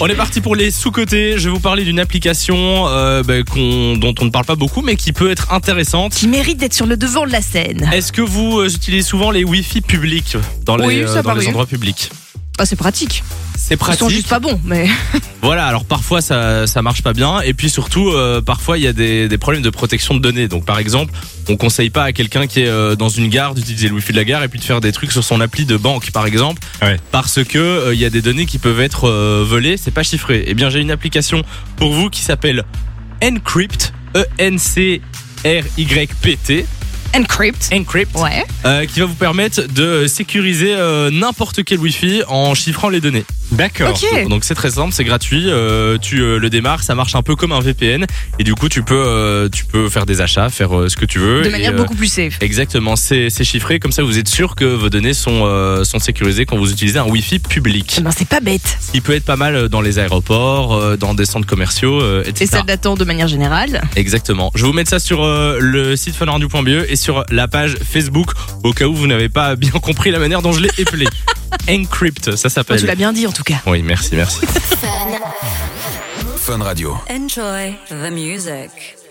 On est parti pour les sous-côtés. Je vais vous parler d'une application euh, bah, qu'on- dont on ne parle pas beaucoup, mais qui peut être intéressante. qui mérite d'être sur le devant de la scène. Est-ce que vous euh, utilisez souvent les Wi-Fi publics dans les, Oui, euh, ça dans les m'arrive. endroits publics Ah, c'est pratique. C'est Ils sont pratique. juste pas bons, mais Voilà, alors parfois ça, ça marche pas bien. Et puis surtout, euh, parfois il y a des, des problèmes de protection de données. Donc par exemple, on conseille pas à quelqu'un qui est euh, dans une gare d'utiliser le wifi de la gare et puis de faire des trucs sur son appli de banque par exemple. Ouais. Parce que euh, il y a des données qui peuvent être euh, volées, c'est pas chiffré. Eh bien j'ai une application pour vous qui s'appelle Encrypt, E E-N-C-R-Y-P-T, encrypt. Encrypt Ouais. euh, qui va vous permettre de sécuriser euh, n'importe quel wifi en chiffrant les données. D'accord. Ok. Donc- Donc c'est très simple, c'est gratuit. euh, tu euh, le démarres, ça marche un peu comme un VPN et du coup tu peux euh, tu peux faire des achats, faire euh, ce que tu veux. De et, manière euh, beaucoup plus safe. Exactement, c'est c'est chiffré comme ça vous êtes sûr que vos données sont euh, sont sécurisées quand vous utilisez un Wi-Fi public. Eh ben, c'est pas bête. Il peut être pas mal euh, dans les aéroports, euh, dans des centres commerciaux, euh, etc. Et ça d'attente de manière générale. Exactement. Je vais vous mettre ça sur euh, le site funradio.be E et sur la page Facebook au cas où vous n'avez pas bien compris la manière dont je l'ai épelé. Encrypt, ça Enfin, Oh, tu l'as s'appelle. bien dit en tout cas. Oui, merci, merci. Fun Radio. Enjoy the music.